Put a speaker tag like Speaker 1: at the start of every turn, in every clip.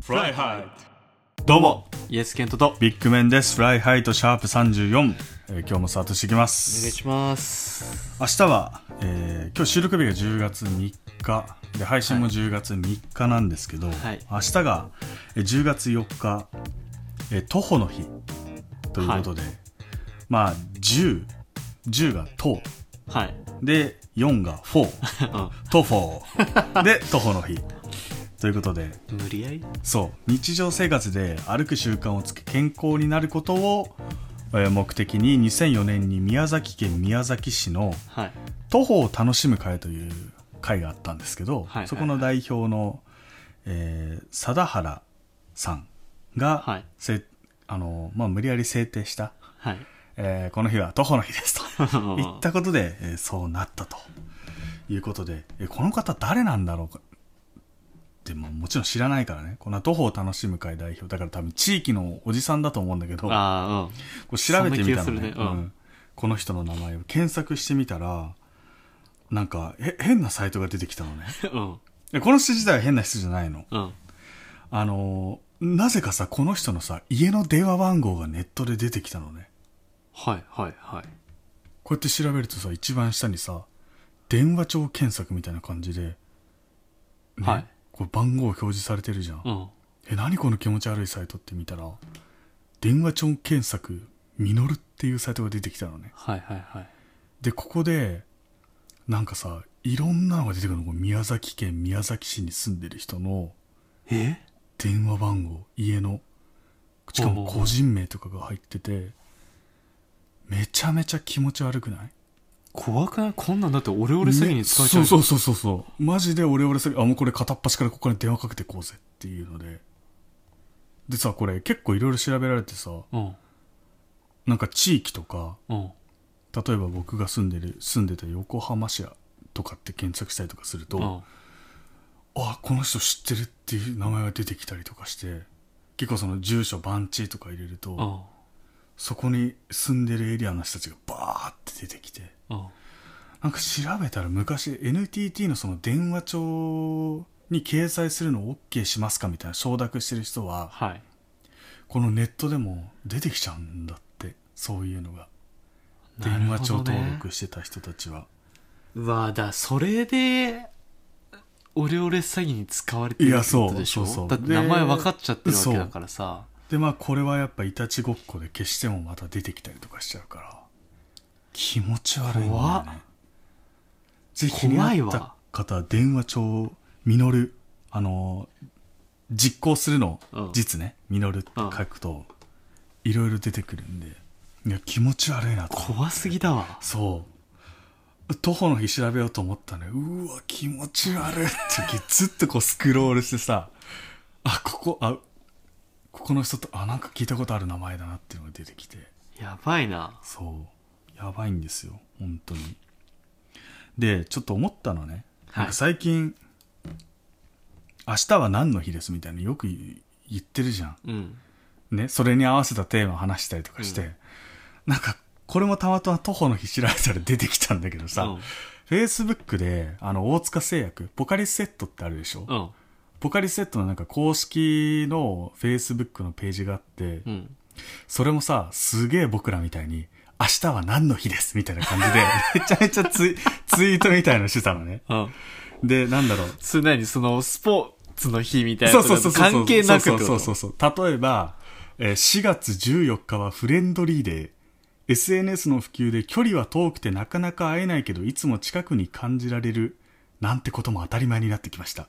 Speaker 1: フライハイどうも
Speaker 2: イエスケントとお願
Speaker 1: ビッグメンですフライハイとシャープ34、えー、今日もスタートしていきます
Speaker 2: いします
Speaker 1: 明日は、えー今日収録日が10月3日で配信も10月3日なんですけど、
Speaker 2: はい
Speaker 1: 明日がえー10月4日、えー徒歩の日ということで、まあ1010が徒
Speaker 2: はい
Speaker 1: で4がフォー徒 歩で徒歩の日ということで
Speaker 2: うん 無理やり
Speaker 1: そう日常生活で歩く習慣をつけ健康になることをえー目的に2004年に宮崎県宮崎市の
Speaker 2: はい
Speaker 1: 徒歩を楽しむ会という会があったんですけど、
Speaker 2: はいはい
Speaker 1: そこの代表の、えー貞原さんが、
Speaker 2: はい
Speaker 1: せあのまあ、無理やり制定した、
Speaker 2: はい
Speaker 1: えーこの日は徒歩の日ですと言っ
Speaker 2: は
Speaker 1: たことで、えーそうなったということで、えーこの方誰なんだろうかでももちろん知らないからねこの徒歩を楽しむ会代表だから多分地域のおじさんだと思うんだけど
Speaker 2: あ
Speaker 1: こう調べてみたの
Speaker 2: そん
Speaker 1: ね
Speaker 2: な気がするねうん
Speaker 1: うんこの人の名前を検索してみたらなんかへ変なサイトが出てきたのね
Speaker 2: あうん
Speaker 1: でこの人自体は変な人じゃないの
Speaker 2: うんうん
Speaker 1: あのーなぜかさこの人のさ家の電話番号がネットで出てきたのね
Speaker 2: はいはいはい
Speaker 1: こうやって調べるとさ一番下にさ電話帳検索みたいな感じで、ね
Speaker 2: はい
Speaker 1: こう番号表示されてるじゃん、
Speaker 2: うん
Speaker 1: え何この気持ち悪いサイトって見たら電話帳検索ミノルっていうサイトが出てきたのね
Speaker 2: はいはいはい
Speaker 1: でここでなんかさいろんなのが出てくるのこう宮崎県宮崎市に住んでる人の
Speaker 2: え
Speaker 1: 電話番号家のしかも個人名とかが入っててめちゃめちゃ気持ち悪くない
Speaker 2: 怖くないこんなんだってオレオレ詐欺に使えちゃう、
Speaker 1: ねそうそうそうそうそうマジで俺俺詐欺あもうこれ片っ端からここから電話かけてこうぜっていうのででさこれ結構いろいろ調べられてさ
Speaker 2: うん
Speaker 1: なんか地域とか
Speaker 2: うん
Speaker 1: 例えば僕が住んでる住んでた横浜市とかって検索したりとかすると、
Speaker 2: うん
Speaker 1: あこの人知ってるっていう名前が出てきたりとかして結構その住所番地とか入れると、
Speaker 2: うん
Speaker 1: そこに住んでるエリアの人たちがバーって出てきて
Speaker 2: うん
Speaker 1: なんか調べたら昔 NTT のその電話帳に掲載するのを OK しますかみたいな承諾してる人は
Speaker 2: はい
Speaker 1: このネットでも出てきちゃうんだってそういうのが、
Speaker 2: な
Speaker 1: 電
Speaker 2: るほどね
Speaker 1: 話帳登録してた人たちは
Speaker 2: うわだそれでオレオレ詐欺に使われて
Speaker 1: い
Speaker 2: る
Speaker 1: や
Speaker 2: ってことでしょ
Speaker 1: そうそうそう
Speaker 2: だって
Speaker 1: で
Speaker 2: 名前分かっちゃってるわけだからさ
Speaker 1: でまあこれはやっぱいたちごっこで消してもまた出てきたりとかしちゃうから気持ち悪いんだ
Speaker 2: 怖
Speaker 1: よ
Speaker 2: っ
Speaker 1: ねぜひ気に
Speaker 2: 怖い
Speaker 1: な
Speaker 2: わ
Speaker 1: った方は電話帳ミノルあの実行するの、
Speaker 2: うん
Speaker 1: 実ねミノルって書くと、いろいろ出てくるんでいや気持ち悪いなと
Speaker 2: 怖すぎだわ
Speaker 1: そう徒歩の日調べようと思ったねうわ気持ち悪いってずっとこうスクロールしてさあここあここの人とあなんか聞いたことある名前だなっていうのが出てきて
Speaker 2: やばいな
Speaker 1: そうやばいんですよ本当にでちょっと思ったのね、
Speaker 2: は
Speaker 1: な
Speaker 2: い
Speaker 1: んか最近明日は何の日ですみたいなよく言言ってるじゃん
Speaker 2: うん
Speaker 1: ね、それに合わせたテーマを話したりとかして、
Speaker 2: う
Speaker 1: なんか、これもたまたま徒歩の日調べたら出てきたんだけどさ、
Speaker 2: うん
Speaker 1: Facebook で、あの、大塚製薬、ポカリスエットってあるでしょ、
Speaker 2: うん
Speaker 1: ポカリスエットのなんか公式の Facebook のページがあって、
Speaker 2: うん
Speaker 1: それもさ、すげえ僕らみたいに、明日は何の日ですみたいな感じで、 めちゃめちゃツイツイートみたいのしてたのね。
Speaker 2: うん
Speaker 1: で、なんだろう。
Speaker 2: それなにそのスポーツの日みたい
Speaker 1: そ
Speaker 2: な
Speaker 1: うそうそうそう。
Speaker 2: 関係なく
Speaker 1: そうそうそうそう。例えば、えー4月14日はフレンドリーデー。SNS の普及で距離は遠くてなかなか会えないけど、いつも近くに感じられる、なんてことも当たり前になってきました。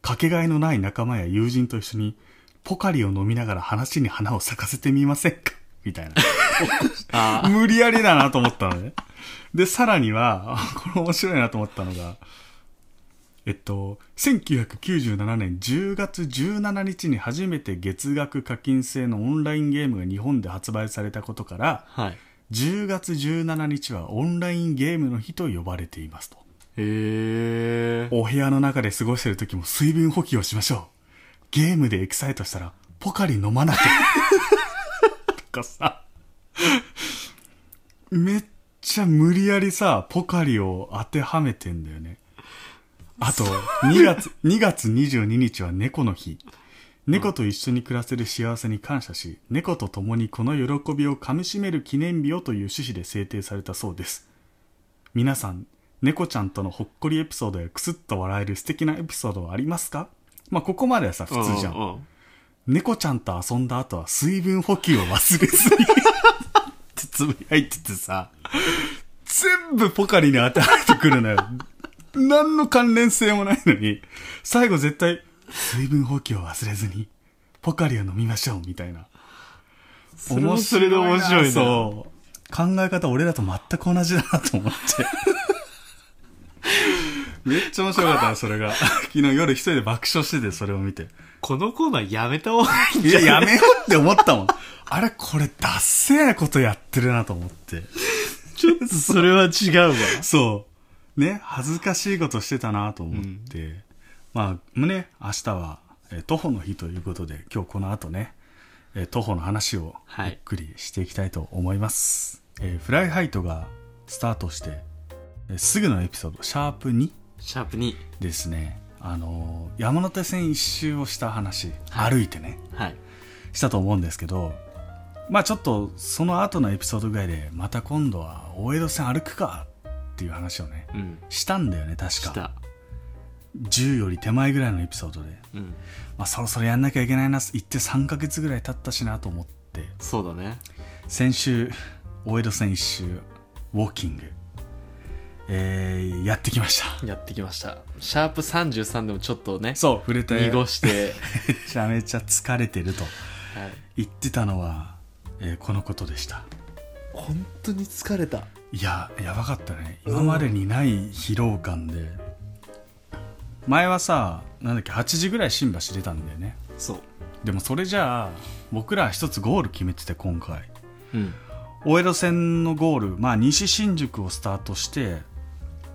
Speaker 1: かけがえのない仲間や友人と一緒に、ポカリを飲みながら話に花を咲かせてみませんかみたいな。
Speaker 2: あ
Speaker 1: 無理やりだなと思ったのね。で、さらには、あこれ面白いなと思ったのが、えっと、1997年10月17日に初めて月額課金制のオンラインゲームが日本で発売されたことから、
Speaker 2: はい
Speaker 1: 10月17日はオンラインゲームの日と呼ばれていますと。
Speaker 2: へえ
Speaker 1: お部屋の中で過ごしてる時も水分補給をしましょう。ゲームでエキサイトしたら、ポカリ飲まなきゃ。とかさ。めっちゃ無理やりさ、ポカリを当てはめてんだよね。あと、2月、2月22日は猫の日。猫と一緒に暮らせる幸せに感謝し、猫と共にこの喜びをかみしめる記念日をという趣旨で制定されたそうです。皆さん、猫ちゃんとのほっこりエピソードやくすっと笑える素敵なエピソードはありますかまあ、ここまではさ、普通じゃん。
Speaker 2: うう
Speaker 1: 猫ちゃんと遊んだ後は水分補給を忘れずに
Speaker 2: ってつぶやいててさ。
Speaker 1: 全部ポカリに当てはめてくるのよ。何の関連性もないのに、最後絶対、水分補給を忘れずに、ポカリを飲みましょう、みたいな。
Speaker 2: それもそれで面白いな。
Speaker 1: そう。考え方俺らと全く同じだなと思って。 めっちゃ面白かったな、それが。昨日夜一人で爆笑してて、それを見て。
Speaker 2: このコーナーやめた方がいいん
Speaker 1: い
Speaker 2: じゃ
Speaker 1: や、
Speaker 2: ない
Speaker 1: やめようって思ったもん。あれ、これ、ダッセーなことやってるなと思って。
Speaker 2: ちょっと それは違うわ。
Speaker 1: そう。ね、恥ずかしいことしてたなと思って。まあ、ね、明日は、えー徒歩の日ということで、今日この後ね、えー徒歩の話を
Speaker 2: はい
Speaker 1: ゆっくりしていきたいと思います。えーフライハイトがスタートして、えーすぐのエピソード、シャープ2
Speaker 2: シャープ2。
Speaker 1: ですね、あのー山手線一周をした話、
Speaker 2: はい
Speaker 1: 歩いてね、
Speaker 2: はい。
Speaker 1: したと思うんですけど、まあちょっとその後のエピソードぐらいで、また今度は大江戸線歩くかっていう話をね、
Speaker 2: うん。
Speaker 1: したんだよね確
Speaker 2: し
Speaker 1: か
Speaker 2: た。
Speaker 1: 10より手前ぐらいのエピソードで、
Speaker 2: うん。
Speaker 1: まあ、そろそろやんなきゃいけないな行って3ヶ月ぐらい経ったしなと思って
Speaker 2: そうだね。
Speaker 1: 先週大江戸線一周ウォーキング、えーやってきました
Speaker 2: やってきました。シャープ33でもちょっとね、
Speaker 1: そう触れて
Speaker 2: 濁
Speaker 1: め
Speaker 2: して、
Speaker 1: ちゃめちゃ疲れてると
Speaker 2: はい、
Speaker 1: 言ってたのは、えーこのことでした
Speaker 2: 本当に疲れた。
Speaker 1: いややばかったね今までにない疲労感で前はさなんだっけ8時ぐらい新橋出たんだよね
Speaker 2: そう。
Speaker 1: でもそれじゃあ僕ら一つゴール決めてて今回
Speaker 2: うん。
Speaker 1: 大江戸線のゴール、まあ、西新宿をスタートして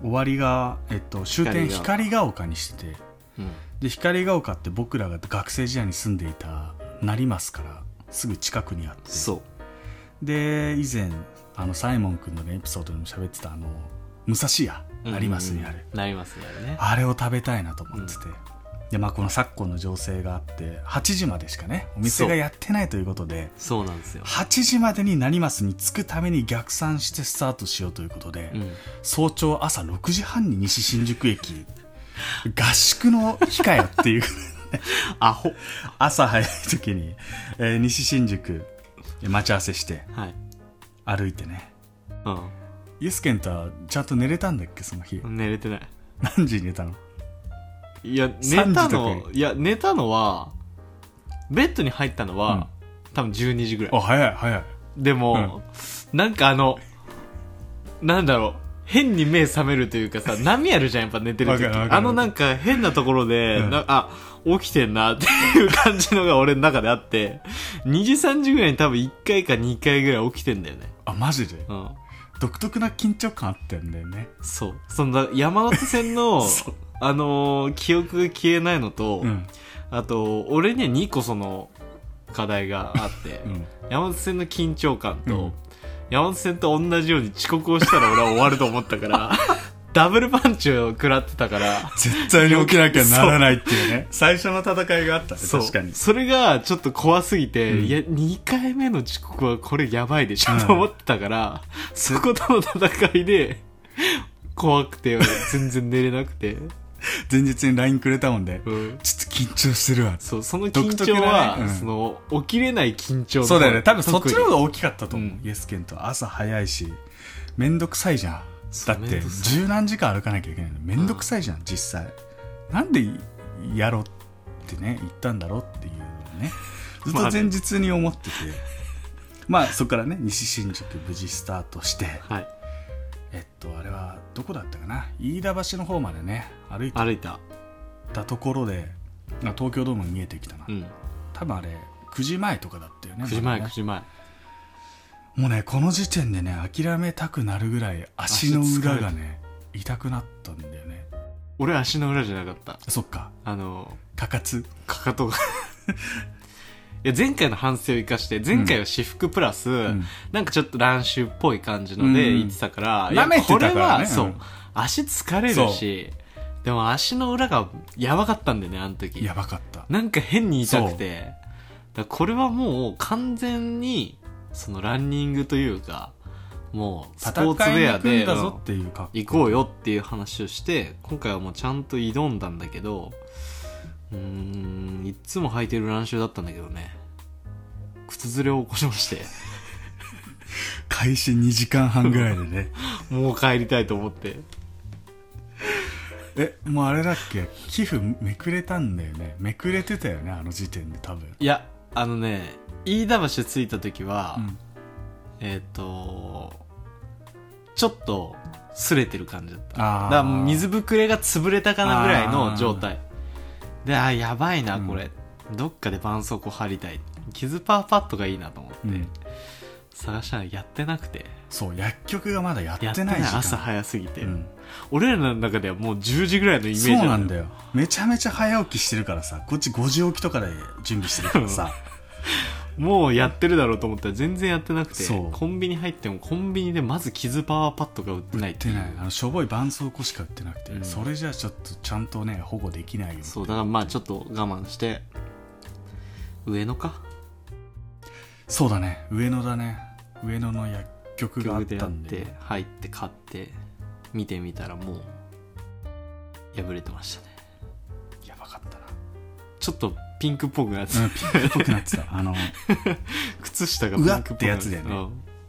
Speaker 1: 終わりが、えっと、終点光
Speaker 2: 光
Speaker 1: が丘にしてて
Speaker 2: うん。
Speaker 1: で光が丘って僕らが学生時代に住んでいた成増からすぐ近くにあって
Speaker 2: そう。
Speaker 1: で以前あのサイモン君の、ね、エピソードでも喋ってたあの武蔵屋成増にある、
Speaker 2: うんなりますね、あれね。
Speaker 1: あれを食べたいなと思ってて、でまあ、この昨今の情勢があって8時までしかねお店がやってないということで
Speaker 2: そうなんですよ。
Speaker 1: 8時までになりますに着くために逆算してスタートしようということで、
Speaker 2: うん。
Speaker 1: 早朝朝6時半に西新宿駅 合宿の日かよっていう
Speaker 2: アホ。
Speaker 1: 朝早い時に、えー西新宿え待ち合わせして
Speaker 2: はい。
Speaker 1: 歩いてね
Speaker 2: う
Speaker 1: ユースケンタはちゃんと寝れたんだっけその日
Speaker 2: ん。寝れてない。
Speaker 1: 何時に寝たの
Speaker 2: いや、寝
Speaker 1: 3
Speaker 2: た
Speaker 1: 時とか
Speaker 2: の、いや、寝たのは、ベッドに入ったのは、多分12時ぐらい
Speaker 1: あ。早い早い
Speaker 2: でも、なんかあの、なんだろう、変に目覚めるというかさ、 波あるじゃん、やっぱ寝てる
Speaker 1: わかる
Speaker 2: 時
Speaker 1: わかるわかる
Speaker 2: あのなんか変なところで、
Speaker 1: うん
Speaker 2: なあ、起きてんなっていう感じのが俺の中であって、2時3時ぐらいに多分1回か2回ぐらい起きてんだよね。
Speaker 1: あマジで
Speaker 2: うん。
Speaker 1: 独特な緊張感あったんだよね
Speaker 2: そう。そのだ山手線 の
Speaker 1: そう、
Speaker 2: あのー記憶が消えないのと、
Speaker 1: うん
Speaker 2: あと、俺には2個その課題があって、
Speaker 1: うん
Speaker 2: 山手線の緊張感と、
Speaker 1: うん
Speaker 2: 山手線と同じように遅刻をしたら俺は終わると思ったから ダブルパンチを食らってたから
Speaker 1: 絶対に起きなきゃならないっていうね最初の戦いがあったね
Speaker 2: そう
Speaker 1: 確かに
Speaker 2: それがちょっと怖すぎて、
Speaker 1: うん
Speaker 2: いや2回目の遅刻はこれやばいでしょ、
Speaker 1: うん
Speaker 2: と思ってたからそことの戦いで怖くて全然寝れなくて、
Speaker 1: 前日に LINE くれたもんで、
Speaker 2: うん
Speaker 1: ちょっと緊張してるわ
Speaker 2: そうその
Speaker 1: 独
Speaker 2: 緊
Speaker 1: 特
Speaker 2: 張
Speaker 1: な
Speaker 2: は、
Speaker 1: ねうん
Speaker 2: その起きれない緊張の方
Speaker 1: そうだよね多分そっちの方
Speaker 2: 特
Speaker 1: が
Speaker 2: に
Speaker 1: 大きかったと思う、
Speaker 2: うん
Speaker 1: イエスケンと朝早いしめんどくさいじゃん
Speaker 2: そ
Speaker 1: だ
Speaker 2: う
Speaker 1: っ
Speaker 2: めん
Speaker 1: て
Speaker 2: どくさい
Speaker 1: 十何時間歩かなきゃいけないのめんどくさいじゃん、実際なんでやろうってね言ったんだろうっていうのを ねずっと前日に思ってて、 まあそこからね西新宿無事スタートして
Speaker 2: はい
Speaker 1: えっとあれはどこだったかな飯田橋の方までね歩いて
Speaker 2: 歩いた
Speaker 1: ったところであ東京ドームに見えてきたな、
Speaker 2: うん
Speaker 1: 多分あれ9時前とかだったよね
Speaker 2: 9時前
Speaker 1: まだ
Speaker 2: 9
Speaker 1: ね
Speaker 2: 時前
Speaker 1: もうねこの時点でね諦めたくなるぐらい足の裏が
Speaker 2: 足
Speaker 1: ね痛くなったんだよね
Speaker 2: 俺足の裏じゃなかった
Speaker 1: そっか
Speaker 2: あの
Speaker 1: かかつ
Speaker 2: かかとが いや前回の反省を生かして前回は私服プラス、
Speaker 1: ん
Speaker 2: なんかちょっと乱臭っぽい感じので
Speaker 1: うん
Speaker 2: 言ってたから、い
Speaker 1: 舐めてたからね
Speaker 2: これは、そう
Speaker 1: うん
Speaker 2: 足疲れるしでも足の裏がやばかったんだよね、あの時。
Speaker 1: やばかった。
Speaker 2: なんか変に痛くて。だからこれはもう完全に、そのランニングというか、もうスポーツウェ
Speaker 1: 戦いに
Speaker 2: ア
Speaker 1: 行く
Speaker 2: で
Speaker 1: んだぞっていう格好
Speaker 2: 行こうよっていう話をして、今回はもうちゃんと挑んだんだけど、うーん、いつも履いてる乱臭だったんだけどね。靴ずれを起こし まして、
Speaker 1: 開始2時間半ぐらいでね
Speaker 2: もう帰りたいと思って。
Speaker 1: えもうあれだっけ寄付めくれたんだよねめくれてたよねあの時点で多分
Speaker 2: いや、あのね、飯田橋着いた時は、
Speaker 1: うん
Speaker 2: えっ、と、ちょっと、擦れてる感じだった。だ
Speaker 1: あー
Speaker 2: から水ぶくれが潰れたかなぐらいの状態。で、あー、やばいな、
Speaker 1: うん
Speaker 2: これ。どっかで絆創膏貼りたい。傷パーパッドがいいなと思って、
Speaker 1: うん
Speaker 2: 探したらやってなくて。
Speaker 1: そう薬局がまだやってない
Speaker 2: やっ
Speaker 1: 時
Speaker 2: てない
Speaker 1: 間
Speaker 2: 朝早すぎて、
Speaker 1: うん
Speaker 2: 俺らの中ではもう10時ぐらいのイメージ
Speaker 1: そうなんだ
Speaker 2: よ。
Speaker 1: よめちゃめちゃ早起きしてるからさこっち5時起きとかで準備してるからさ
Speaker 2: もうやってるだろうと思ったら全然やってなくて、
Speaker 1: そう
Speaker 2: コンビニ入ってもコンビニでまず傷パワーパッドが売ってない
Speaker 1: 売ってないあのしょぼい絆創膏しか売ってなくて、
Speaker 2: うん
Speaker 1: それじゃちょっとちゃんとね保護できないよ
Speaker 2: そうだからまあちょっと我慢して上野か
Speaker 1: そうだね上野だね上野の薬局があっ
Speaker 2: 曲でや
Speaker 1: た
Speaker 2: っ
Speaker 1: んで
Speaker 2: て入って買って見てみたらもう破れてましたね
Speaker 1: やばかったな
Speaker 2: ちょっとピンクっぽくなって
Speaker 1: うんピンクっぽくなってた あの
Speaker 2: 靴下がピンクっぽくな
Speaker 1: うわってやつだよね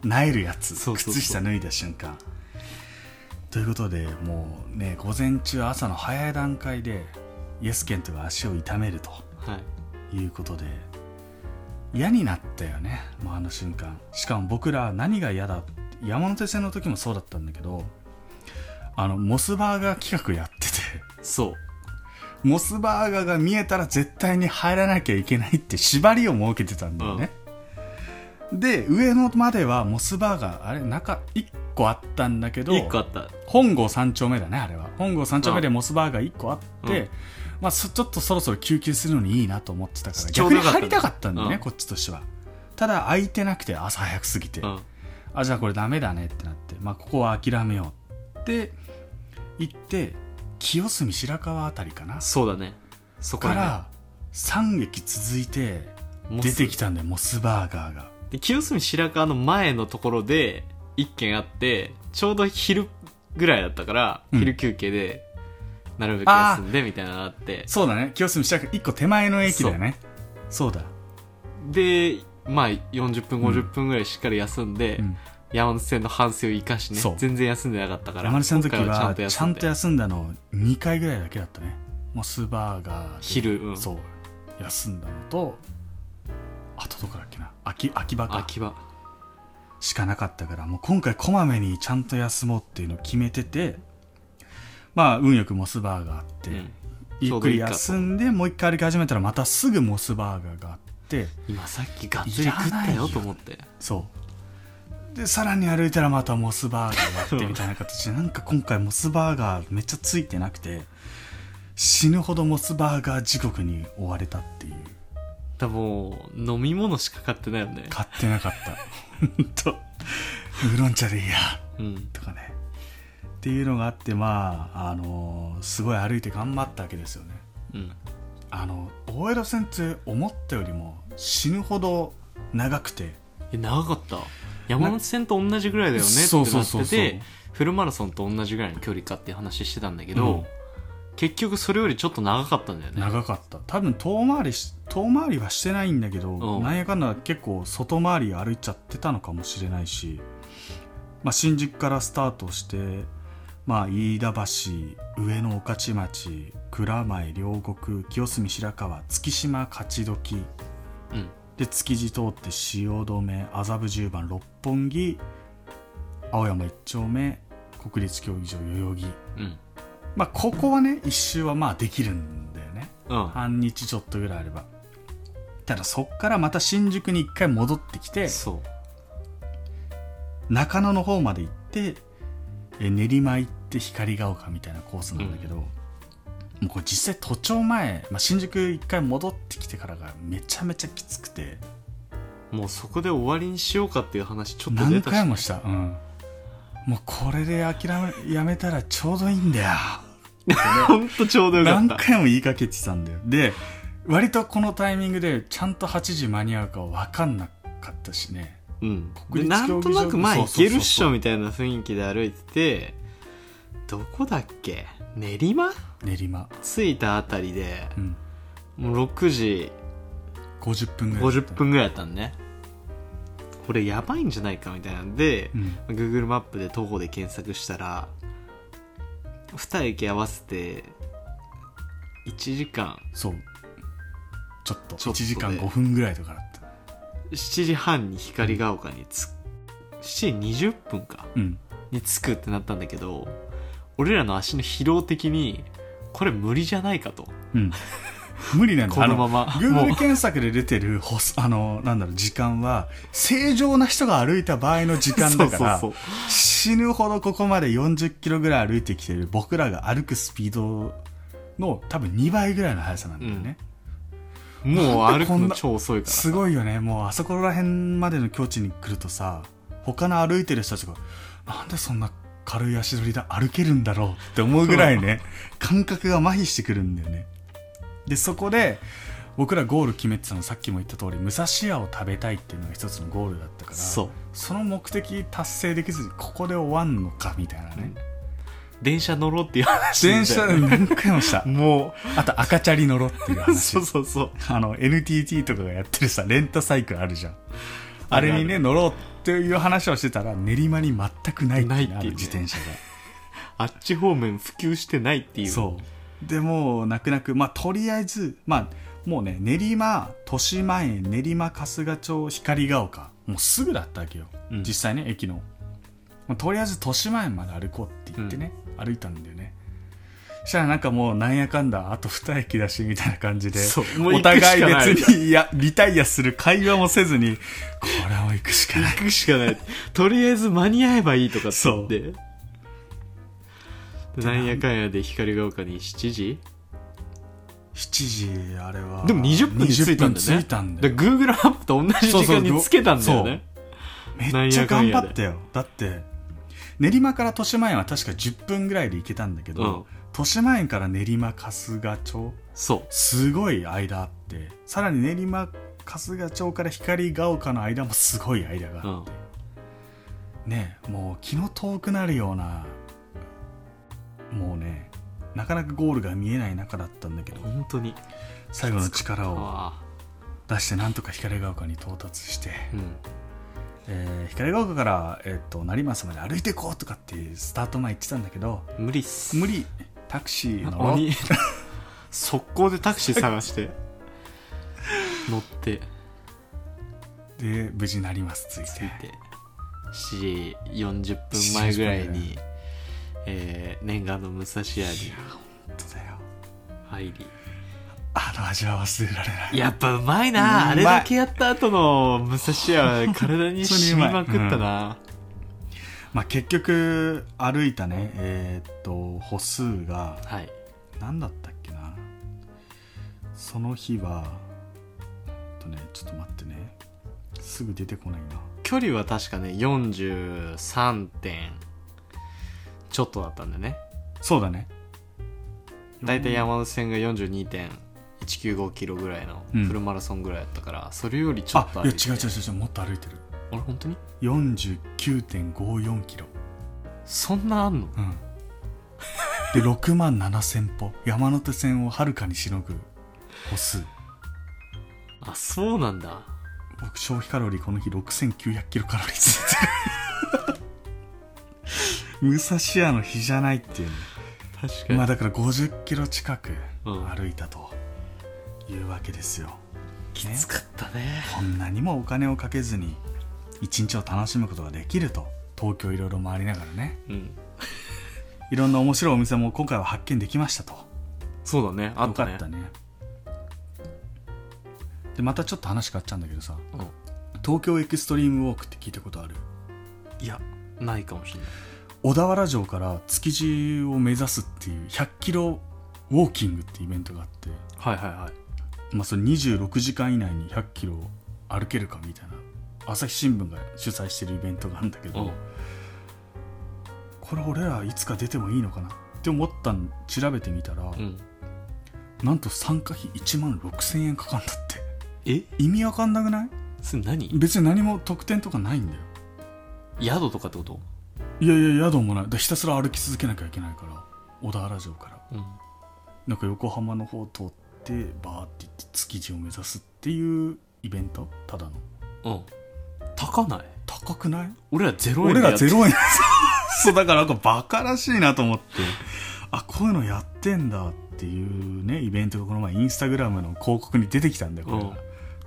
Speaker 2: うん
Speaker 1: なえるやつ
Speaker 2: そうそうそう
Speaker 1: 靴下脱いだ瞬間ということでもうね午前中朝の早い段階でイエスケントが足を痛めると
Speaker 2: はい
Speaker 1: いうことで嫌になったよねもうあの瞬間しかも僕ら何が嫌だ山手線の時もそうだったんだけどあのモスバーガー企画やってて
Speaker 2: そう
Speaker 1: モスバーガーが見えたら絶対に入らなきゃいけないって縛りを設けてたんだよね、で上野まではモスバーガーあれ中1個あったんだけど
Speaker 2: 1個あった
Speaker 1: 本郷3丁目だねあれは本郷3丁目で
Speaker 2: う
Speaker 1: モスバーガー1個あって、
Speaker 2: うん
Speaker 1: まあ、そちょっとそろそろ休憩するのにいいなと思ってたから
Speaker 2: ちょう
Speaker 1: 逆に
Speaker 2: どよかった
Speaker 1: 入りたかったんだよね、
Speaker 2: うん
Speaker 1: こっちとしてはただ空いてなくて朝早く過ぎて、
Speaker 2: うん
Speaker 1: あじゃあこれダメだねってなって、まあ、ここは諦めようって行って清澄白河あたりかな
Speaker 2: そうだねそこ
Speaker 1: か
Speaker 2: にね
Speaker 1: ら3劇続いて
Speaker 2: モ
Speaker 1: 出
Speaker 2: ス
Speaker 1: てきたんだよモスバーガーが
Speaker 2: で清澄白河の前のところで一軒あってちょうど昼ぐらいだったから、
Speaker 1: うん
Speaker 2: 昼休憩でなるべく休んでみたいなのがあって
Speaker 1: そうだね清澄白河1個手前の駅だよねそうだ、
Speaker 2: でまあ40分50分ぐらいしっかり休んで、
Speaker 1: うん、
Speaker 2: 山手線の反省を生かし
Speaker 1: そう
Speaker 2: ね全然休んでなかったから
Speaker 1: 山根さんの時
Speaker 2: 今回
Speaker 1: はちゃん
Speaker 2: で
Speaker 1: と休んだの2回ぐらいだけだったねモスバーガーで
Speaker 2: 昼、うん、
Speaker 1: そう休んだのとあとどこだっけな秋秋葉か
Speaker 2: 秋葉
Speaker 1: しかなかったからもう今回こまめにちゃんと休もうっていうのを決めててまあ運よくモスバーガーあって、
Speaker 2: うん
Speaker 1: ゆっくり休んでもう一回歩き始めたらまたすぐモスバーガーがあって
Speaker 2: 今さっきがっつり食ったよと思って
Speaker 1: そうでさらに歩いたらまたモスバーガーがあってみたいな形でなんか今回モスバーガーめっちゃついてなくて死ぬほどモスバーガー地獄に追われたっていう
Speaker 2: だからもう飲み物しか買ってないよね
Speaker 1: 買ってなかったほんとウーロン茶でいいや
Speaker 2: うん
Speaker 1: とかねっていうのがあってまああのすごい歩いて頑張ったわけですよね
Speaker 2: うん
Speaker 1: あの大江戸線って思ったよりも死ぬほど長くて
Speaker 2: え長かった山手線と同じぐらいだよねってなってて
Speaker 1: そうそうそうそう
Speaker 2: フルマラソンと同じぐらいの距離かっていう話してたんだけ
Speaker 1: う
Speaker 2: ど、
Speaker 1: ん
Speaker 2: 結局それよりちょっと長かったんだよね
Speaker 1: 長かった多分遠回りし遠回りはしてないんだけど、
Speaker 2: うん
Speaker 1: なんやかんだ結構外回り歩いちゃってたのかもしれないし、まあ、新宿からスタートして、まあ、飯田橋上野御徒町蔵前両国清澄白河月島勝どき
Speaker 2: うん
Speaker 1: で築地通って汐留麻布十番六本木青山一丁目国立競技場代々木
Speaker 2: うん
Speaker 1: まあここはね一周はまあできるんだよね
Speaker 2: うん
Speaker 1: 半日ちょっとぐらいあればただそっからまた新宿に一回戻ってきて
Speaker 2: そう
Speaker 1: 中野の方まで行ってえ練馬行って光が丘みたいなコースなんだけど、もうこれ実際都庁前、まあ、新宿一回戻ってきてからがめちゃめちゃきつくて
Speaker 2: もうそこで終わりにしようかっていう話ちょっと出
Speaker 1: 何
Speaker 2: た
Speaker 1: 回もした、うん、もうこれで諦めやめたらちょうどいいんだよっ
Speaker 2: ほんとちょうどよかっ
Speaker 1: 何
Speaker 2: た。
Speaker 1: 回も言いかけてたんだよで割とこのタイミングでちゃんと8時間に合うか分かんなかったしね
Speaker 2: うん。で
Speaker 1: 国立
Speaker 2: な
Speaker 1: 競技場
Speaker 2: んとなくまあ
Speaker 1: そう
Speaker 2: い
Speaker 1: そうそうそう
Speaker 2: けるっしょみたいな雰囲気で歩いてて、どこだっけ練馬
Speaker 1: 練馬、
Speaker 2: 着いたあたりで、
Speaker 1: うん、
Speaker 2: もう6時
Speaker 1: 50分ぐらいだった
Speaker 2: 50分ぐらいだったんね。これやばいんじゃないかみたいなんで
Speaker 1: う、ん
Speaker 2: Google マップで徒歩で検索したら2駅合わせて1時間
Speaker 1: そうちょっと
Speaker 2: ちょっとで
Speaker 1: 1時間5分ぐらいとかだった
Speaker 2: 7時半に光が丘につ7時20分か
Speaker 1: うん
Speaker 2: に着くってなったんだけど俺らの足の疲労的にこれ無理じゃないかと
Speaker 1: うん無理なんだ
Speaker 2: このまま
Speaker 1: あ
Speaker 2: もう
Speaker 1: Google 検索で出てる歩 数あのなんだろう時間は正常な人が歩いた場合の時間だから
Speaker 2: そうそう
Speaker 1: 死ぬほどここまで40キロぐらい歩いてきてる僕らが歩くスピードの多分2倍ぐらいの速さなんだよね、
Speaker 2: そうもう
Speaker 1: なんで
Speaker 2: 歩
Speaker 1: こ
Speaker 2: く
Speaker 1: んな
Speaker 2: の超遅いから
Speaker 1: すごいよねもうあそこら辺までの境地に来るとさ他の歩いてる人たちがなんでそんな軽い足取りで歩けるんだろうって思うぐらいね感覚が麻痺してくるんだよねでそこで僕らゴール決めてたのさっきも言った通り武蔵屋を食べたいっていうのが一つのゴールだったから
Speaker 2: そう
Speaker 1: その目的達成できずにここで終わんのかみたいなね、
Speaker 2: 電車乗ろうっていう話
Speaker 1: 電車
Speaker 2: みたい
Speaker 1: 何回もした
Speaker 2: なも
Speaker 1: あと赤チャリ乗ろって いう
Speaker 2: う
Speaker 1: 話
Speaker 2: そうそうそう
Speaker 1: あの NTT とかがやってるさレンタサイクルあるじゃんあれにね
Speaker 2: あ
Speaker 1: 乗ろうっていう話をしてたら練馬に全くないって
Speaker 2: な
Speaker 1: い
Speaker 2: いっ
Speaker 1: う
Speaker 2: てい
Speaker 1: ね
Speaker 2: う
Speaker 1: あ
Speaker 2: ね
Speaker 1: る自転車が
Speaker 2: あっち方面普及してないっていう
Speaker 1: そうでもう泣く泣くまあとりあえずまあもうね練馬豊島園練馬春日町光が丘もうすぐだったわけよ、
Speaker 2: うん
Speaker 1: 実際ね駅の、まあとりあえず豊島園まで歩こうって言ってね、歩いたんだよねしたらなんかもうなんやかんだあと2駅だしみたいな感じで
Speaker 2: そうもう
Speaker 1: お
Speaker 2: 行くしか
Speaker 1: 互
Speaker 2: ない
Speaker 1: い別にいやリタイアする会話もせずにこれはもう行くしかない
Speaker 2: 行くしかない。とりあえず間に合えばいいとかって言って。でなんやかんやで光が丘に7時
Speaker 1: 7時あれは
Speaker 2: でも20分に着いたんだよ
Speaker 1: 20
Speaker 2: ね。
Speaker 1: 分着いたんだよ
Speaker 2: だから Google マップと同じ時間につけたんだよね。
Speaker 1: めっちゃ頑張ったよだって練馬から豊島園は確か10分ぐらいで行けたんだけど、
Speaker 2: うん
Speaker 1: 豊島園から練馬春日町
Speaker 2: そう。
Speaker 1: すごい間あってさらに練馬春日町から光が丘の間もすごい間があって、ねえもう気の遠くなるようなもうねなかなかゴールが見えない中だったんだけど
Speaker 2: 本当に。
Speaker 1: 最後の力を
Speaker 2: あ
Speaker 1: 出してなんとか光が丘に到達して
Speaker 2: あ。うん。
Speaker 1: えー光が丘から、えー、と成増まで歩いていこうとかってスタート前言ってたんだけど
Speaker 2: 無理っす。
Speaker 1: 無理タクシー乗ろう
Speaker 2: 鬼。 速攻でタクシー探して。乗って、
Speaker 1: で無事成増つい
Speaker 2: つい
Speaker 1: て
Speaker 2: て。7時40分前ぐらいに、えー、念願の武蔵屋
Speaker 1: い
Speaker 2: に
Speaker 1: や本当だよ
Speaker 2: 入り。
Speaker 1: あの味は忘れられない
Speaker 2: やっぱうまいう
Speaker 1: まい
Speaker 2: なあれだけやった後の武蔵屋は体に染みまくったな
Speaker 1: まあ、結局歩いたねえっ、と歩数が
Speaker 2: はい
Speaker 1: 何だったっけなその日はえっとねちょっと待ってねすぐ出てこないな
Speaker 2: 距離は確かね43点ちょっとだったんでね
Speaker 1: そうだね
Speaker 2: 大体山手線が42.195キロぐらいの
Speaker 1: うん
Speaker 2: フルマラソンぐらいだったから、それよりちょ
Speaker 1: あ
Speaker 2: っ
Speaker 1: い
Speaker 2: と
Speaker 1: や違う違う違う違うもっと歩いてる
Speaker 2: あれ本当に
Speaker 1: 49.54キロ
Speaker 2: そんなあんの
Speaker 1: うん、で6万7000歩山手線をはるかにしのぐ歩数
Speaker 2: あそうなんだ
Speaker 1: 僕消費カロリーこの日6900キロカロリーついてる武蔵屋の日じゃないっていうね
Speaker 2: 確かに、
Speaker 1: まあだから50キロ近く
Speaker 2: うん
Speaker 1: 歩いたというわけですよ、
Speaker 2: きつかったね
Speaker 1: こんなにもお金をかけずに一日を楽しむことができると東京いろいろ回りながらね
Speaker 2: うん
Speaker 1: いろんな面白いお店も今回は発見できましたと
Speaker 2: そうだねあったね
Speaker 1: よかったねでまたちょっと話変わっちゃうんだけどさ東京エクストリームウォークって聞いたことある
Speaker 2: うんいやないかもしれない
Speaker 1: 小田原城から築地を目指すっていう100キロウォーキングってイベントがあって、
Speaker 2: はいはいはい
Speaker 1: まあ、それ26時間以内に100キロ歩けるかみたいな朝日新聞が主催してるイベントがあるんだけど、
Speaker 2: うん
Speaker 1: これ俺らいつか出てもいいのかなって思ったん調べてみたら、
Speaker 2: うん
Speaker 1: なんと参加費1万6000円かかんだって
Speaker 2: え
Speaker 1: 意味わかんなくない
Speaker 2: それ何
Speaker 1: 別に何も特典とかないんだよ
Speaker 2: 宿とかってこと
Speaker 1: いやいや宿もないだからひたすら歩き続けなきゃいけないから小田原城から
Speaker 2: うん
Speaker 1: なんか横浜の方通ってバーって行って築地を目指すっていうイベントただの
Speaker 2: うん高ない
Speaker 1: 高くない
Speaker 2: 俺ら0円
Speaker 1: 俺
Speaker 2: でや
Speaker 1: ら
Speaker 2: って
Speaker 1: 0円そうだからなんかバカらしいなと思ってあこういうのやってんだっていうねイベントがこの前インスタグラムの広告に出てきたんだよこれが、
Speaker 2: うん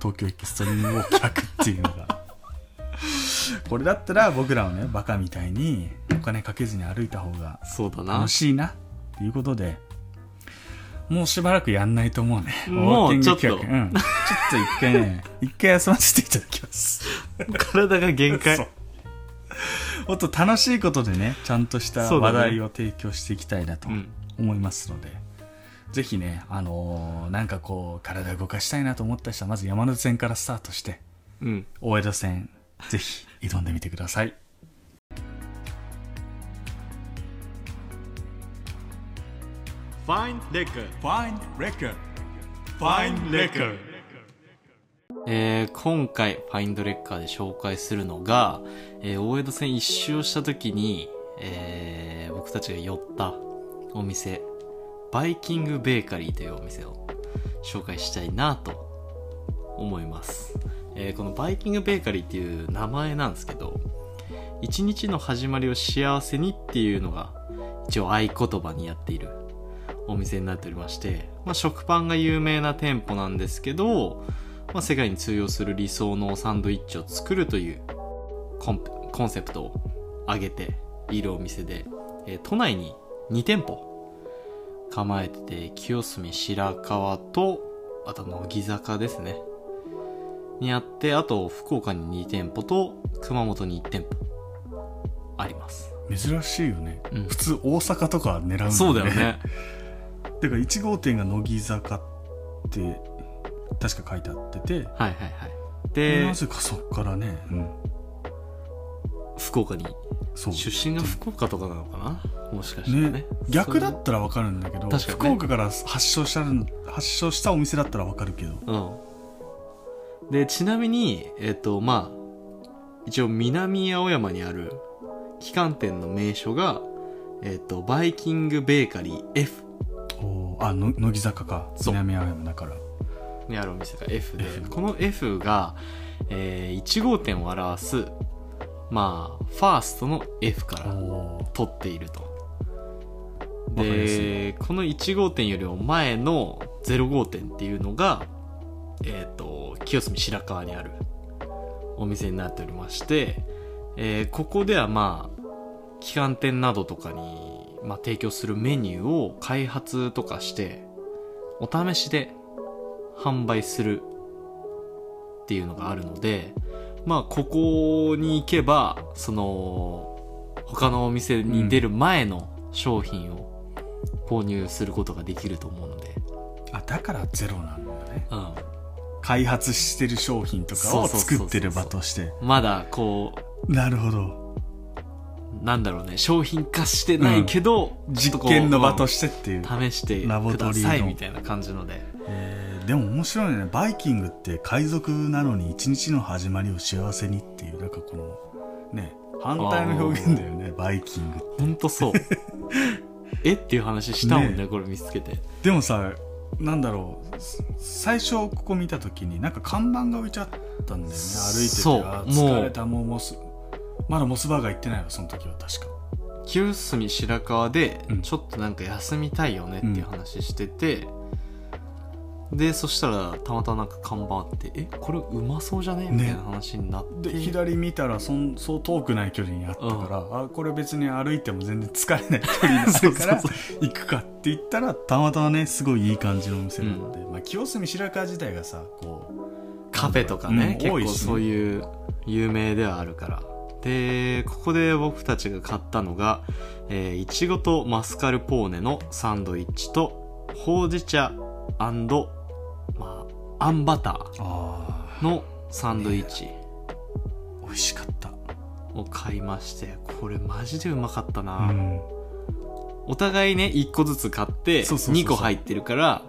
Speaker 1: 東京エキストリームウォーキャークっていうのが これだったら僕らはねバカみたいにお金かけずに歩いた方が
Speaker 2: そうだな
Speaker 1: 楽しいなっていうことでもうしばらくやんないと思うねウォ
Speaker 2: もう
Speaker 1: ーキング
Speaker 2: ちょっと
Speaker 1: 企画うん、ちょっと一回ね一回休ませていただきます
Speaker 2: 体が限界
Speaker 1: そうもっと楽しいことでねちゃんとした
Speaker 2: そうだ
Speaker 1: 話
Speaker 2: ね
Speaker 1: 題を提供していきたいなと
Speaker 2: うん
Speaker 1: 思いますので、ぜひね、あのーなんかこう体動かしたいなと思った人はまず山手線からスタートして
Speaker 2: うん
Speaker 1: 大江戸線ぜひ挑んでみてください
Speaker 2: ファインレッグ
Speaker 1: Fine Record Fine Record
Speaker 2: えー今回、ファインドレッカーで紹介するのが、えー大江戸線一周をした時に、えー僕たちが寄ったお店、バイキングベーカリーというお店を紹介したいなと思います。えーこのバイキングベーカリーっていう名前なんですけど、一日の始まりを幸せにっていうのが、一応合言葉にやっているお店になっておりまして、まあ、食パンが有名な店舗なんですけど、まあ、世界に通用する理想のサンドイッチを作るというコンコンセプトを挙げているお店で、えー都内に2店舗構えてて清澄白河とあと乃木坂ですねにあってあと福岡に2店舗と熊本に1店舗あります、
Speaker 1: 珍しいよね、
Speaker 2: うん
Speaker 1: 普通大阪とか狙うんだよね
Speaker 2: そうだよね
Speaker 1: てか1号店が乃木坂って確か書いてあってて
Speaker 2: はいはいはいで
Speaker 1: なぜかそっからね、うん
Speaker 2: 福岡に
Speaker 1: そう
Speaker 2: 出身が福岡とかなのかなもしかしたらね
Speaker 1: ね、逆だったらわかるんだけど、
Speaker 2: 確かに
Speaker 1: 福
Speaker 2: ね
Speaker 1: 岡から発祥したの発祥したお店だったらわかるけど
Speaker 2: うん。で、ちなみに、えっ、と、まあ、一応南青山にある旗艦店の名所が、えっ、と、バイキングベーカリー F
Speaker 1: おーあの乃木坂か
Speaker 2: そう
Speaker 1: 南青山だから
Speaker 2: にあるお店が F で
Speaker 1: F、
Speaker 2: この F が、えー1号店を表す、まあ、ファーストの F から
Speaker 1: おー
Speaker 2: 取っていると。
Speaker 1: わかりやすい
Speaker 2: で、この1号店よりも前の0号店っていうのが、えっ、と、清澄白河にあるお店になっておりまして、えーここではまあ、旗艦店などとかに、まあ、提供するメニューを開発とかして、お試しで販売するっていうのがあるので、まあ、ここに行けば、その、他のお店に出る前の商品を購入することができると思うので、
Speaker 1: あだからゼロなんだね
Speaker 2: うん。
Speaker 1: 開発してる商品とか
Speaker 2: そう
Speaker 1: を
Speaker 2: そうそうそ
Speaker 1: 作
Speaker 2: う
Speaker 1: ってる場として
Speaker 2: まだ、こ
Speaker 1: なるほど
Speaker 2: う、なんだろうね、商品化してないけど、ちょっと
Speaker 1: 実
Speaker 2: こう
Speaker 1: 験の場と
Speaker 2: うん
Speaker 1: してっていう、
Speaker 2: 試して
Speaker 1: ラボ
Speaker 2: く
Speaker 1: ト
Speaker 2: だ
Speaker 1: リーの
Speaker 2: さいみたいな感じので。
Speaker 1: えーでも面白いねバイキングって海賊なのに一日の始まりを幸せにっていうなんかこのね反対の表現だよねバイキングって
Speaker 2: ほん とそう。えっていう話したもんね、
Speaker 1: ね
Speaker 2: これ見つけて。
Speaker 1: でもさなんだろうす最初ここ見た時になんか看板が置いちゃったんだよね歩いてて
Speaker 2: そう
Speaker 1: あー
Speaker 2: もう
Speaker 1: 疲れたもうモスまだモスバーガー行ってないわその時は確か
Speaker 2: 清澄白河で
Speaker 1: うん
Speaker 2: ちょっとなんか休みたいよねっていう話してて、でそしたらたまたまなんか看板あって「えこれうまそうじゃね?」みたいな話になって、
Speaker 1: で左見たらそんそう遠くない距離にあったから、あこれ別に歩いても全然疲れない距離だから
Speaker 2: そう
Speaker 1: 行くかって言ったらたまたまねすごいいい感じのお店なので、まあ、清澄白河自体がさこう
Speaker 2: カフェとかね、
Speaker 1: うん多いし
Speaker 2: 結構
Speaker 1: ね
Speaker 2: そういう有名ではあるからでここで僕たちが買ったのがえーいちごとマスカルポーネのサンドイッチとほうじ茶まあ、あんバタ
Speaker 1: あ
Speaker 2: ーのサンドイッチ、
Speaker 1: 美味しかった
Speaker 2: を買いましてこれマジでうまかった
Speaker 1: う
Speaker 2: な、
Speaker 1: ん
Speaker 2: お互いね、1個ずつ買って、
Speaker 1: そうそうそうそう
Speaker 2: 2個入ってるから、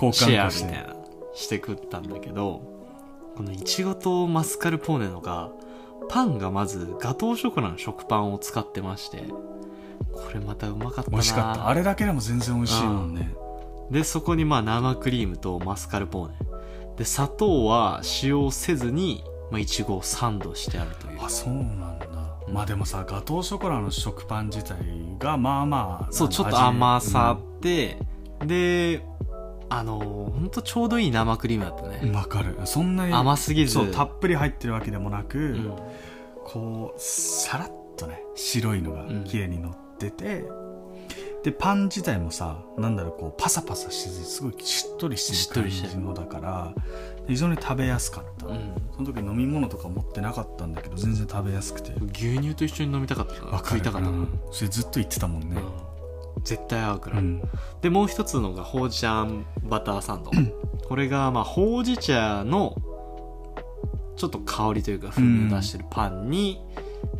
Speaker 1: 交
Speaker 2: シェ
Speaker 1: 換
Speaker 2: ア
Speaker 1: と
Speaker 2: み
Speaker 1: した
Speaker 2: い
Speaker 1: て
Speaker 2: な、して食ったんだけど、このいちごとマスカルポーネのが、パンがまずガトーショコラの食パンを使ってまして、これまたうまかったな
Speaker 1: 美味しかったあれだけでも全然美味しいもんね
Speaker 2: で、そこにまあ生クリームとマスカルポーネ。で、砂糖は使用せずに、まあいちごをサンドしてあるという。
Speaker 1: あそうなんだ、まあでもさガトーショコラの食パン自体がまあまあ
Speaker 2: そう、ちょっと甘さあって、で、あのー、ほんとちょうどいい生クリームだった
Speaker 1: うん
Speaker 2: ね。
Speaker 1: わかるそんなに
Speaker 2: 甘すぎず。
Speaker 1: そうたっぷり入ってるわけでもなく、
Speaker 2: うん
Speaker 1: こうさらっとね白いのが
Speaker 2: うん
Speaker 1: 綺麗に乗ってて、でパン自体もさなんだろうこうパサパサしててすごいしっとりし
Speaker 2: しってと
Speaker 1: る感
Speaker 2: りしてる
Speaker 1: じのだから非常に食べやすかった、
Speaker 2: うん
Speaker 1: その時飲み物とか持ってなかったんだけど全然食べやすくて
Speaker 2: 牛乳と一緒に飲みたかったな食いたかっ
Speaker 1: う
Speaker 2: たな、
Speaker 1: んそれずっと言ってたもんね、
Speaker 2: うん絶対合うか
Speaker 1: う
Speaker 2: ら、
Speaker 1: ん
Speaker 2: でもう一つのがほうじ茶バターサンドこれがまあほうじ茶のちょっと香りというか風味を出してるパンに、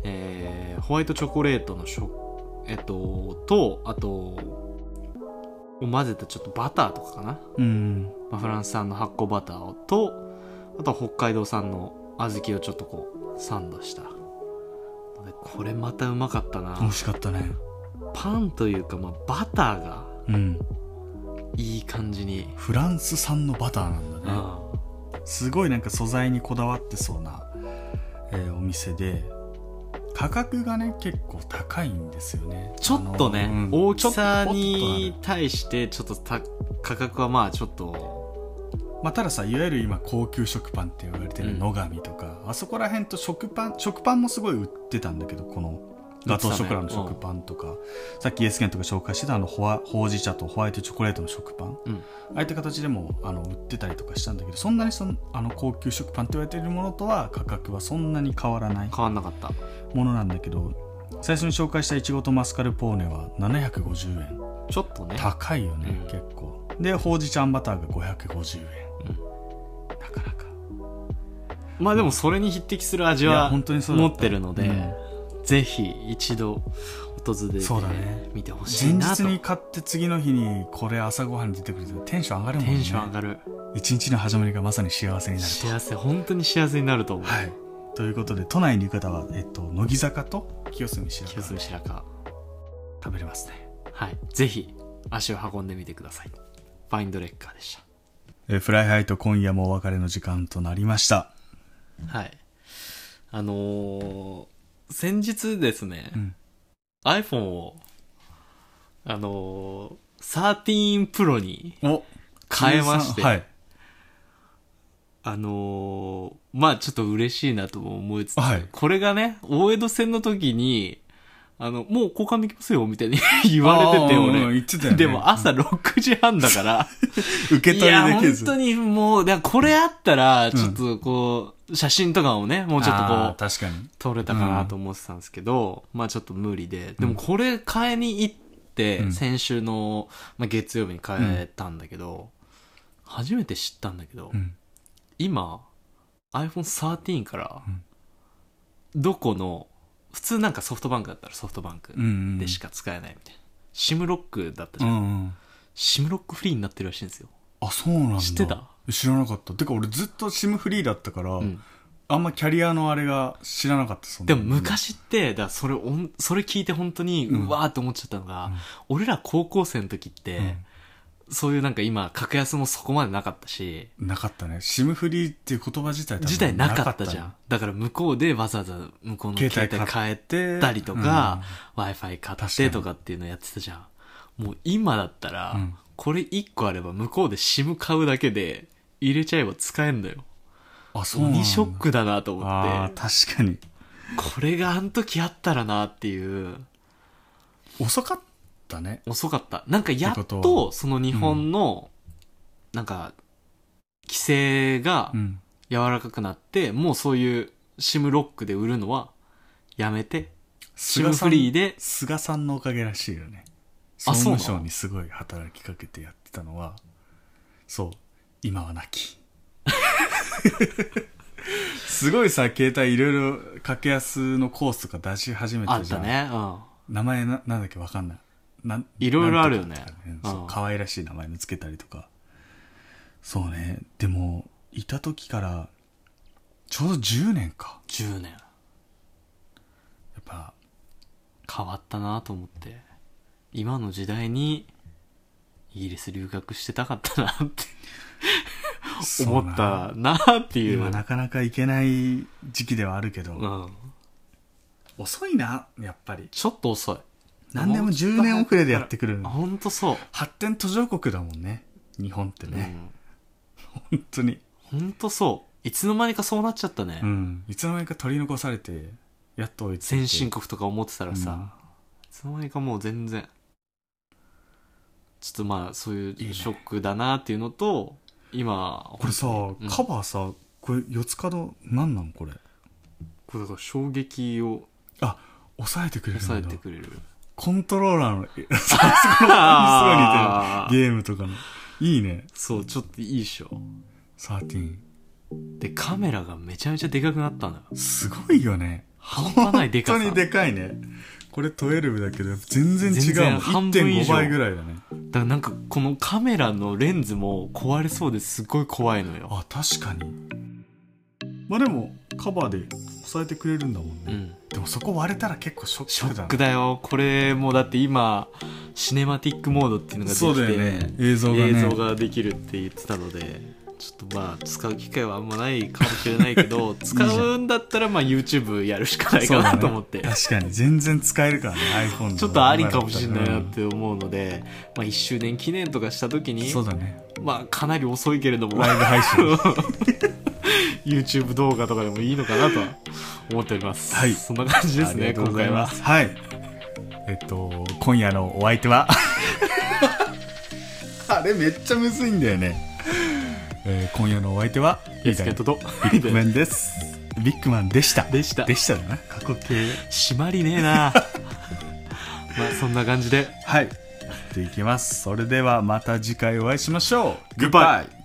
Speaker 2: えーホワイトチョコレートのしょえっととあとを混ぜたちょっとバターとかかな、
Speaker 1: うん
Speaker 2: まあ、フランス産の発酵バターをとあとは北海道産の小豆をちょっとこうサンドしたのでこれまたうまかったな
Speaker 1: 美味しかったね
Speaker 2: パンというか、まあ、バターが
Speaker 1: うん
Speaker 2: いい感じに、
Speaker 1: フランス産のバターなんだねすごいなんか素材にこだわってそうな、えーお店で価格がね結構高いんですよね
Speaker 2: ちょっと
Speaker 1: あ
Speaker 2: ね、
Speaker 1: のうん
Speaker 2: 大きさ
Speaker 1: ちょ
Speaker 2: に
Speaker 1: っと
Speaker 2: 対してちょっとた価格はまあちょっと
Speaker 1: あるまあ、たださいわゆる今高級食パンって言われて
Speaker 2: う
Speaker 1: る
Speaker 2: ん
Speaker 1: 野上とか、あそこら辺と食パン食パンもすごい売ってたんだけどこのガトーショコラの食パンとか、さっきイエスケンとか紹介してたあのほわほうじ茶とホワイトチョコレートの食パン、
Speaker 2: うん
Speaker 1: ああいった形でもあの売ってたりとかしたんだけどそんなにそのあの高級食パンって言われてるものとは価格はそんなに変わらない
Speaker 2: 変わんなかった
Speaker 1: ものなんだけど最初に紹介したいちごとマスカルポーネは750円
Speaker 2: ちょっとね
Speaker 1: 高いよね、
Speaker 2: うん
Speaker 1: 結構でほうじ茶あんバターが550円、なかなか
Speaker 2: まあでもそれに匹敵する味
Speaker 1: いや
Speaker 2: は
Speaker 1: 本当にそうだ
Speaker 2: 持
Speaker 1: った
Speaker 2: ってるので、ぜひ一度訪れて
Speaker 1: そうだね
Speaker 2: 見てほし
Speaker 1: 前
Speaker 2: いな
Speaker 1: 日
Speaker 2: と、
Speaker 1: に買って次の日にこれ朝ごはんに出てくるとテンション上がるもん
Speaker 2: テ
Speaker 1: ね
Speaker 2: ンション上がる
Speaker 1: 一日の始まりがまさに幸せになると
Speaker 2: 幸せ本当に幸せになると思う、
Speaker 1: はいということで都内にいる方は、えっと、乃木坂と清澄白
Speaker 2: 清
Speaker 1: 河
Speaker 2: 澄白河
Speaker 1: 食べれますね
Speaker 2: はいぜひ足を運んでみてくださいファインドレッカーでした
Speaker 1: えーフライハイと今夜もお別れの時間となりました
Speaker 2: はい。あのー先日ですね、
Speaker 1: うん
Speaker 2: iPhone を、あのー、13 Pro に、
Speaker 1: お
Speaker 2: 変えまして
Speaker 1: はい
Speaker 2: あのーまあちょっと嬉しいなとも思いつつ、
Speaker 1: はい
Speaker 2: これがね、大江戸線の時に、あの、もう交換できますよ、みたいに 言われてて、
Speaker 1: あーうんうん
Speaker 2: 俺。
Speaker 1: 言ってたよね
Speaker 2: でも朝6時半だから、
Speaker 1: 受け
Speaker 2: い
Speaker 1: 取
Speaker 2: や、
Speaker 1: りでき
Speaker 2: 本
Speaker 1: ず
Speaker 2: 当にもう、だからこれあったら、ちょっとこう、写真とかをね、もうちょっとこう
Speaker 1: あー、確かに
Speaker 2: 取れたかなと思ってたんですけど、まあちょっと無理で。でもこれ買いに行って、
Speaker 1: うん
Speaker 2: 先週の、まあ、月曜日に買えたんだけど、初めて知ったんだけど、
Speaker 1: うん
Speaker 2: 今、iPhone13 から
Speaker 1: うん、
Speaker 2: どこの、普通なんかソフトバンクだったらソフトバンク
Speaker 1: うんうん
Speaker 2: でしか使えないみたいな。シムロックだったじ
Speaker 1: う
Speaker 2: ゃん。
Speaker 1: んうん
Speaker 2: シムロックフリーになってるらしいんですよ。
Speaker 1: あそうなんだ
Speaker 2: 知ってた
Speaker 1: 知らなかったてか俺ずっと SIM フリーだったから、
Speaker 2: うん
Speaker 1: あんまキャリアのあれが知らなかったそんな
Speaker 2: でも昔って、だからそれおん、それ聞いて本当に、
Speaker 1: うん
Speaker 2: うわーって思っちゃったのが、俺ら高校生の時って、そういうなんか今、格安もそこまでなかったし、
Speaker 1: なかったね SIM フリーっていう言葉自体多分
Speaker 2: 自体なかったじゃ。
Speaker 1: なん
Speaker 2: だから向こうでわざわざ向こうの
Speaker 1: 携
Speaker 2: 携
Speaker 1: 帯
Speaker 2: 帯
Speaker 1: 買
Speaker 2: 変
Speaker 1: っ
Speaker 2: え
Speaker 1: て
Speaker 2: たりとか、Wi-Fi
Speaker 1: 確
Speaker 2: 買っ
Speaker 1: かに
Speaker 2: てとかっていうのやってたじゃん。もう今だったら、
Speaker 1: うん
Speaker 2: これ1個あれば向こうで SIM 買うだけで入れちゃえば使えんだよ。
Speaker 1: あそうなんだ
Speaker 2: 鬼ショックだなと思
Speaker 1: あ
Speaker 2: って、
Speaker 1: ー確かに
Speaker 2: これがあの時あったらなっていう。
Speaker 1: 遅かったね
Speaker 2: 遅かった。なんかやっ
Speaker 1: ってこと
Speaker 2: と、その日本の、なんか、規制が
Speaker 1: うん
Speaker 2: 柔らかくなって、もうそういうシムロックで売るのはやめて、シム
Speaker 1: 菅さん
Speaker 2: フリーで、
Speaker 1: 菅さんのおかげらしいよね総
Speaker 2: あそうな
Speaker 1: 務
Speaker 2: の
Speaker 1: 省にすごい働きかけてやってたのはそう今はな きすごいさ携帯いろいろ格安のコースとか出し始め
Speaker 2: あ
Speaker 1: た
Speaker 2: っ
Speaker 1: じゃ
Speaker 2: た
Speaker 1: ん、
Speaker 2: ね。うん。
Speaker 1: 名前ななんだっけわかんないなん
Speaker 2: いろいろあるよね
Speaker 1: なんとかとかうんそう
Speaker 2: うん
Speaker 1: 可愛らしい名前のつけたりとかそうねでもいた時からちょうど10年か
Speaker 2: 10年
Speaker 1: やっぱ
Speaker 2: 変わったなと思って今の時代にイギリス留学してたかったなって
Speaker 1: そう
Speaker 2: 思ったなっていう
Speaker 1: 今なかなか行けない時期ではあるけど、
Speaker 2: うん、
Speaker 1: 遅いなやっぱり
Speaker 2: ちょっと遅い
Speaker 1: 何でも10年遅れでやってくる
Speaker 2: あほんとそう、
Speaker 1: 発展途上国だもんね日本ってね、本当に、
Speaker 2: うん、ほんとそういつの間にかそうなっちゃったね、
Speaker 1: うん、いつの間にか取り残されてやっと追いついて
Speaker 2: 先進国とか思ってたらさ、いつの間にかもう全然ちょっとまあそうい
Speaker 1: いいうね
Speaker 2: ショックだなっていうのと今
Speaker 1: これさ、
Speaker 2: うん
Speaker 1: カバーさこれ四つ角何なんこれ
Speaker 2: これだから衝撃を
Speaker 1: 抑えてくれるんだ
Speaker 2: 抑えてくれる
Speaker 1: コントローラーのえさ
Speaker 2: すごい
Speaker 1: がゲームとかのいいね
Speaker 2: そうちょっといいっしょ
Speaker 1: 13
Speaker 2: でカメラがめちゃめちゃでかくなったのよ
Speaker 1: すごいよね
Speaker 2: 半端ないでか
Speaker 1: 本
Speaker 2: さ
Speaker 1: 当にでかいねこれ12だけどやっぱ全然違
Speaker 2: 全然
Speaker 1: うもん
Speaker 2: 半分以
Speaker 1: 1.5
Speaker 2: 上
Speaker 1: 倍ぐらいだね
Speaker 2: だからなんかこのカメラのレンズも壊れそうですごい怖いのよ
Speaker 1: あ確かにまあでもカバーで抑えてくれるんだもんね、
Speaker 2: うん
Speaker 1: でもそこ割れたら結構ショ
Speaker 2: シ
Speaker 1: ッ
Speaker 2: ョ
Speaker 1: クだ
Speaker 2: ッ
Speaker 1: な
Speaker 2: クだよこれもうだって今シネマティックモードっていうのができて
Speaker 1: そうだよね映像がね
Speaker 2: 映像ができるって言ってたのでちょっとまあ使う機会はあんまないかもしれないけ ど使うんだったらまあ YouTube やるしかない
Speaker 1: そ
Speaker 2: か
Speaker 1: うだ
Speaker 2: な
Speaker 1: ね
Speaker 2: と思って、
Speaker 1: 確かに全然使えるからね iPhone
Speaker 2: ちょっとありかもしれないなって思うので、まあ、1周年記念とかした時
Speaker 1: うん
Speaker 2: に
Speaker 1: そうだね
Speaker 2: まあかなり遅いけれども
Speaker 1: ライブ配信
Speaker 2: YouTube 動画とかでもいいのかなとは思っております
Speaker 1: はい
Speaker 2: そんな感じです
Speaker 1: あ
Speaker 2: ね
Speaker 1: りがとう
Speaker 2: 今
Speaker 1: ござい
Speaker 2: 回は
Speaker 1: ますはいえっと今夜のお相手は あれめっちゃむずいんだよね、えー今夜のお相手は
Speaker 2: ビスケットと
Speaker 1: ビッグマンですビッグマンでした
Speaker 2: でした
Speaker 1: でしただな過去形
Speaker 2: 締まりねえな まあそんな感じで
Speaker 1: はいやっていきますそれではまた次回お会いしましょうグ
Speaker 2: ッバイ